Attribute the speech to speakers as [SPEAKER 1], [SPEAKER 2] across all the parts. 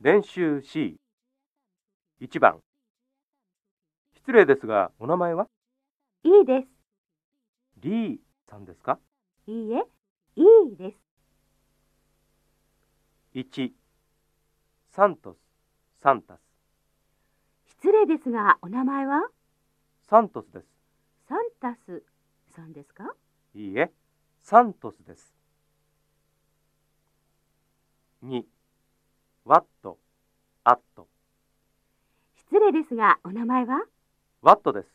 [SPEAKER 1] 練習 C 1番失礼ですがお名前はい
[SPEAKER 2] いです。
[SPEAKER 1] リーさんですか
[SPEAKER 2] いいえ、いいです。
[SPEAKER 1] 1サントスサンタス
[SPEAKER 2] 失礼ですが、お名前は
[SPEAKER 1] サントスです
[SPEAKER 2] サンタスさんですか
[SPEAKER 1] いいえサントスです2ワットアット
[SPEAKER 2] 失礼ですが、お名前は
[SPEAKER 1] ワットです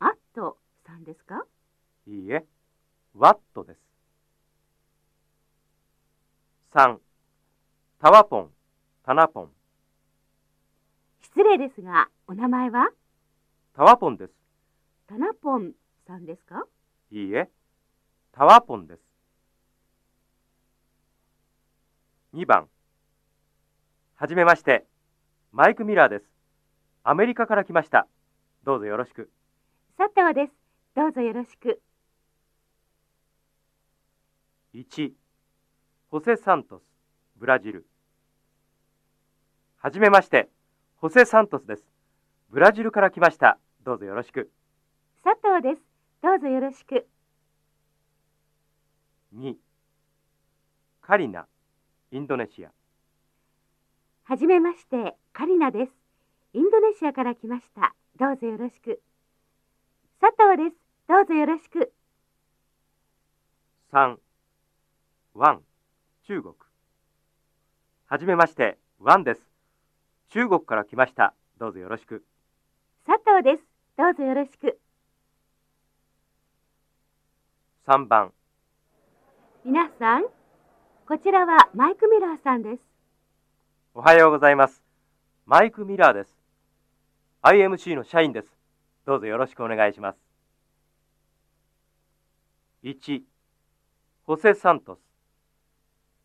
[SPEAKER 2] アットさんですか
[SPEAKER 1] いいえ、ワットです。3. タワポン、タナポン。
[SPEAKER 2] 失礼ですが、お名前は
[SPEAKER 1] タワポンです。
[SPEAKER 2] タナポンさんですか
[SPEAKER 1] いいえ、タワポンです。2番。はじめまして。マイク・ミラーです。アメリカから来ました。どうぞよろしく。
[SPEAKER 2] 佐藤です。どうぞよろしく。
[SPEAKER 1] 1. ホセ・サントス、ブラジル。はじめまして、ホセ・サントスです。ブラジルから来ました。どうぞよろしく。
[SPEAKER 2] 佐藤です。どうぞよろしく。
[SPEAKER 1] 2. カリナ、インドネシア。
[SPEAKER 2] はじめまして、カリナです。インドネシアから来ました。どうぞよろしく。佐藤です。どうぞよろしく。
[SPEAKER 1] 3. ワン、中国。はじめまして、ワンです。中国から来ました。どうぞよろしく。
[SPEAKER 2] 佐藤です。どうぞよろしく。
[SPEAKER 1] 3番、
[SPEAKER 2] 皆さん、こちらはマイク・ミラーさんです。
[SPEAKER 1] おはようございます。マイク・ミラーです。IMC の社員です。どうぞよろしくお願いします。1、ホセ・サントス。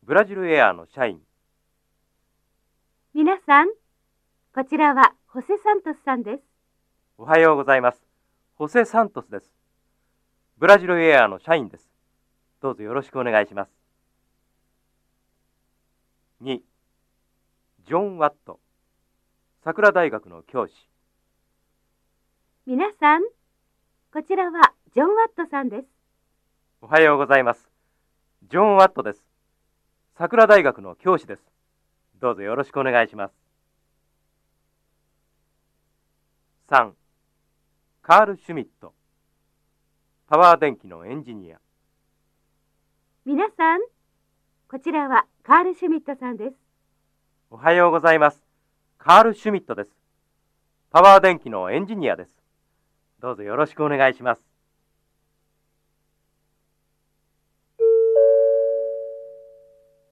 [SPEAKER 1] ブラジルエアーの社員。
[SPEAKER 2] 皆さん、こちらはホセ・サントスさんです。
[SPEAKER 1] おはようございます。ホセ・サントスです。ブラジルエアーの社員です。どうぞよろしくお願いします。2、ジョン・ワット。桜大学の教師。
[SPEAKER 2] 皆さん、こちらはジョン・ワットさんです。
[SPEAKER 1] おはようございます。ジョン・ワットです。桜大学の教師です。どうぞよろしくお願いします。3. カール・シュミット。パワー電機のエンジニア。
[SPEAKER 2] 皆さん、こちらはカール・シュミットさんです。
[SPEAKER 1] おはようございます。カール・シュミットです。パワー電機のエンジニアです。どうぞよろしくお願いします。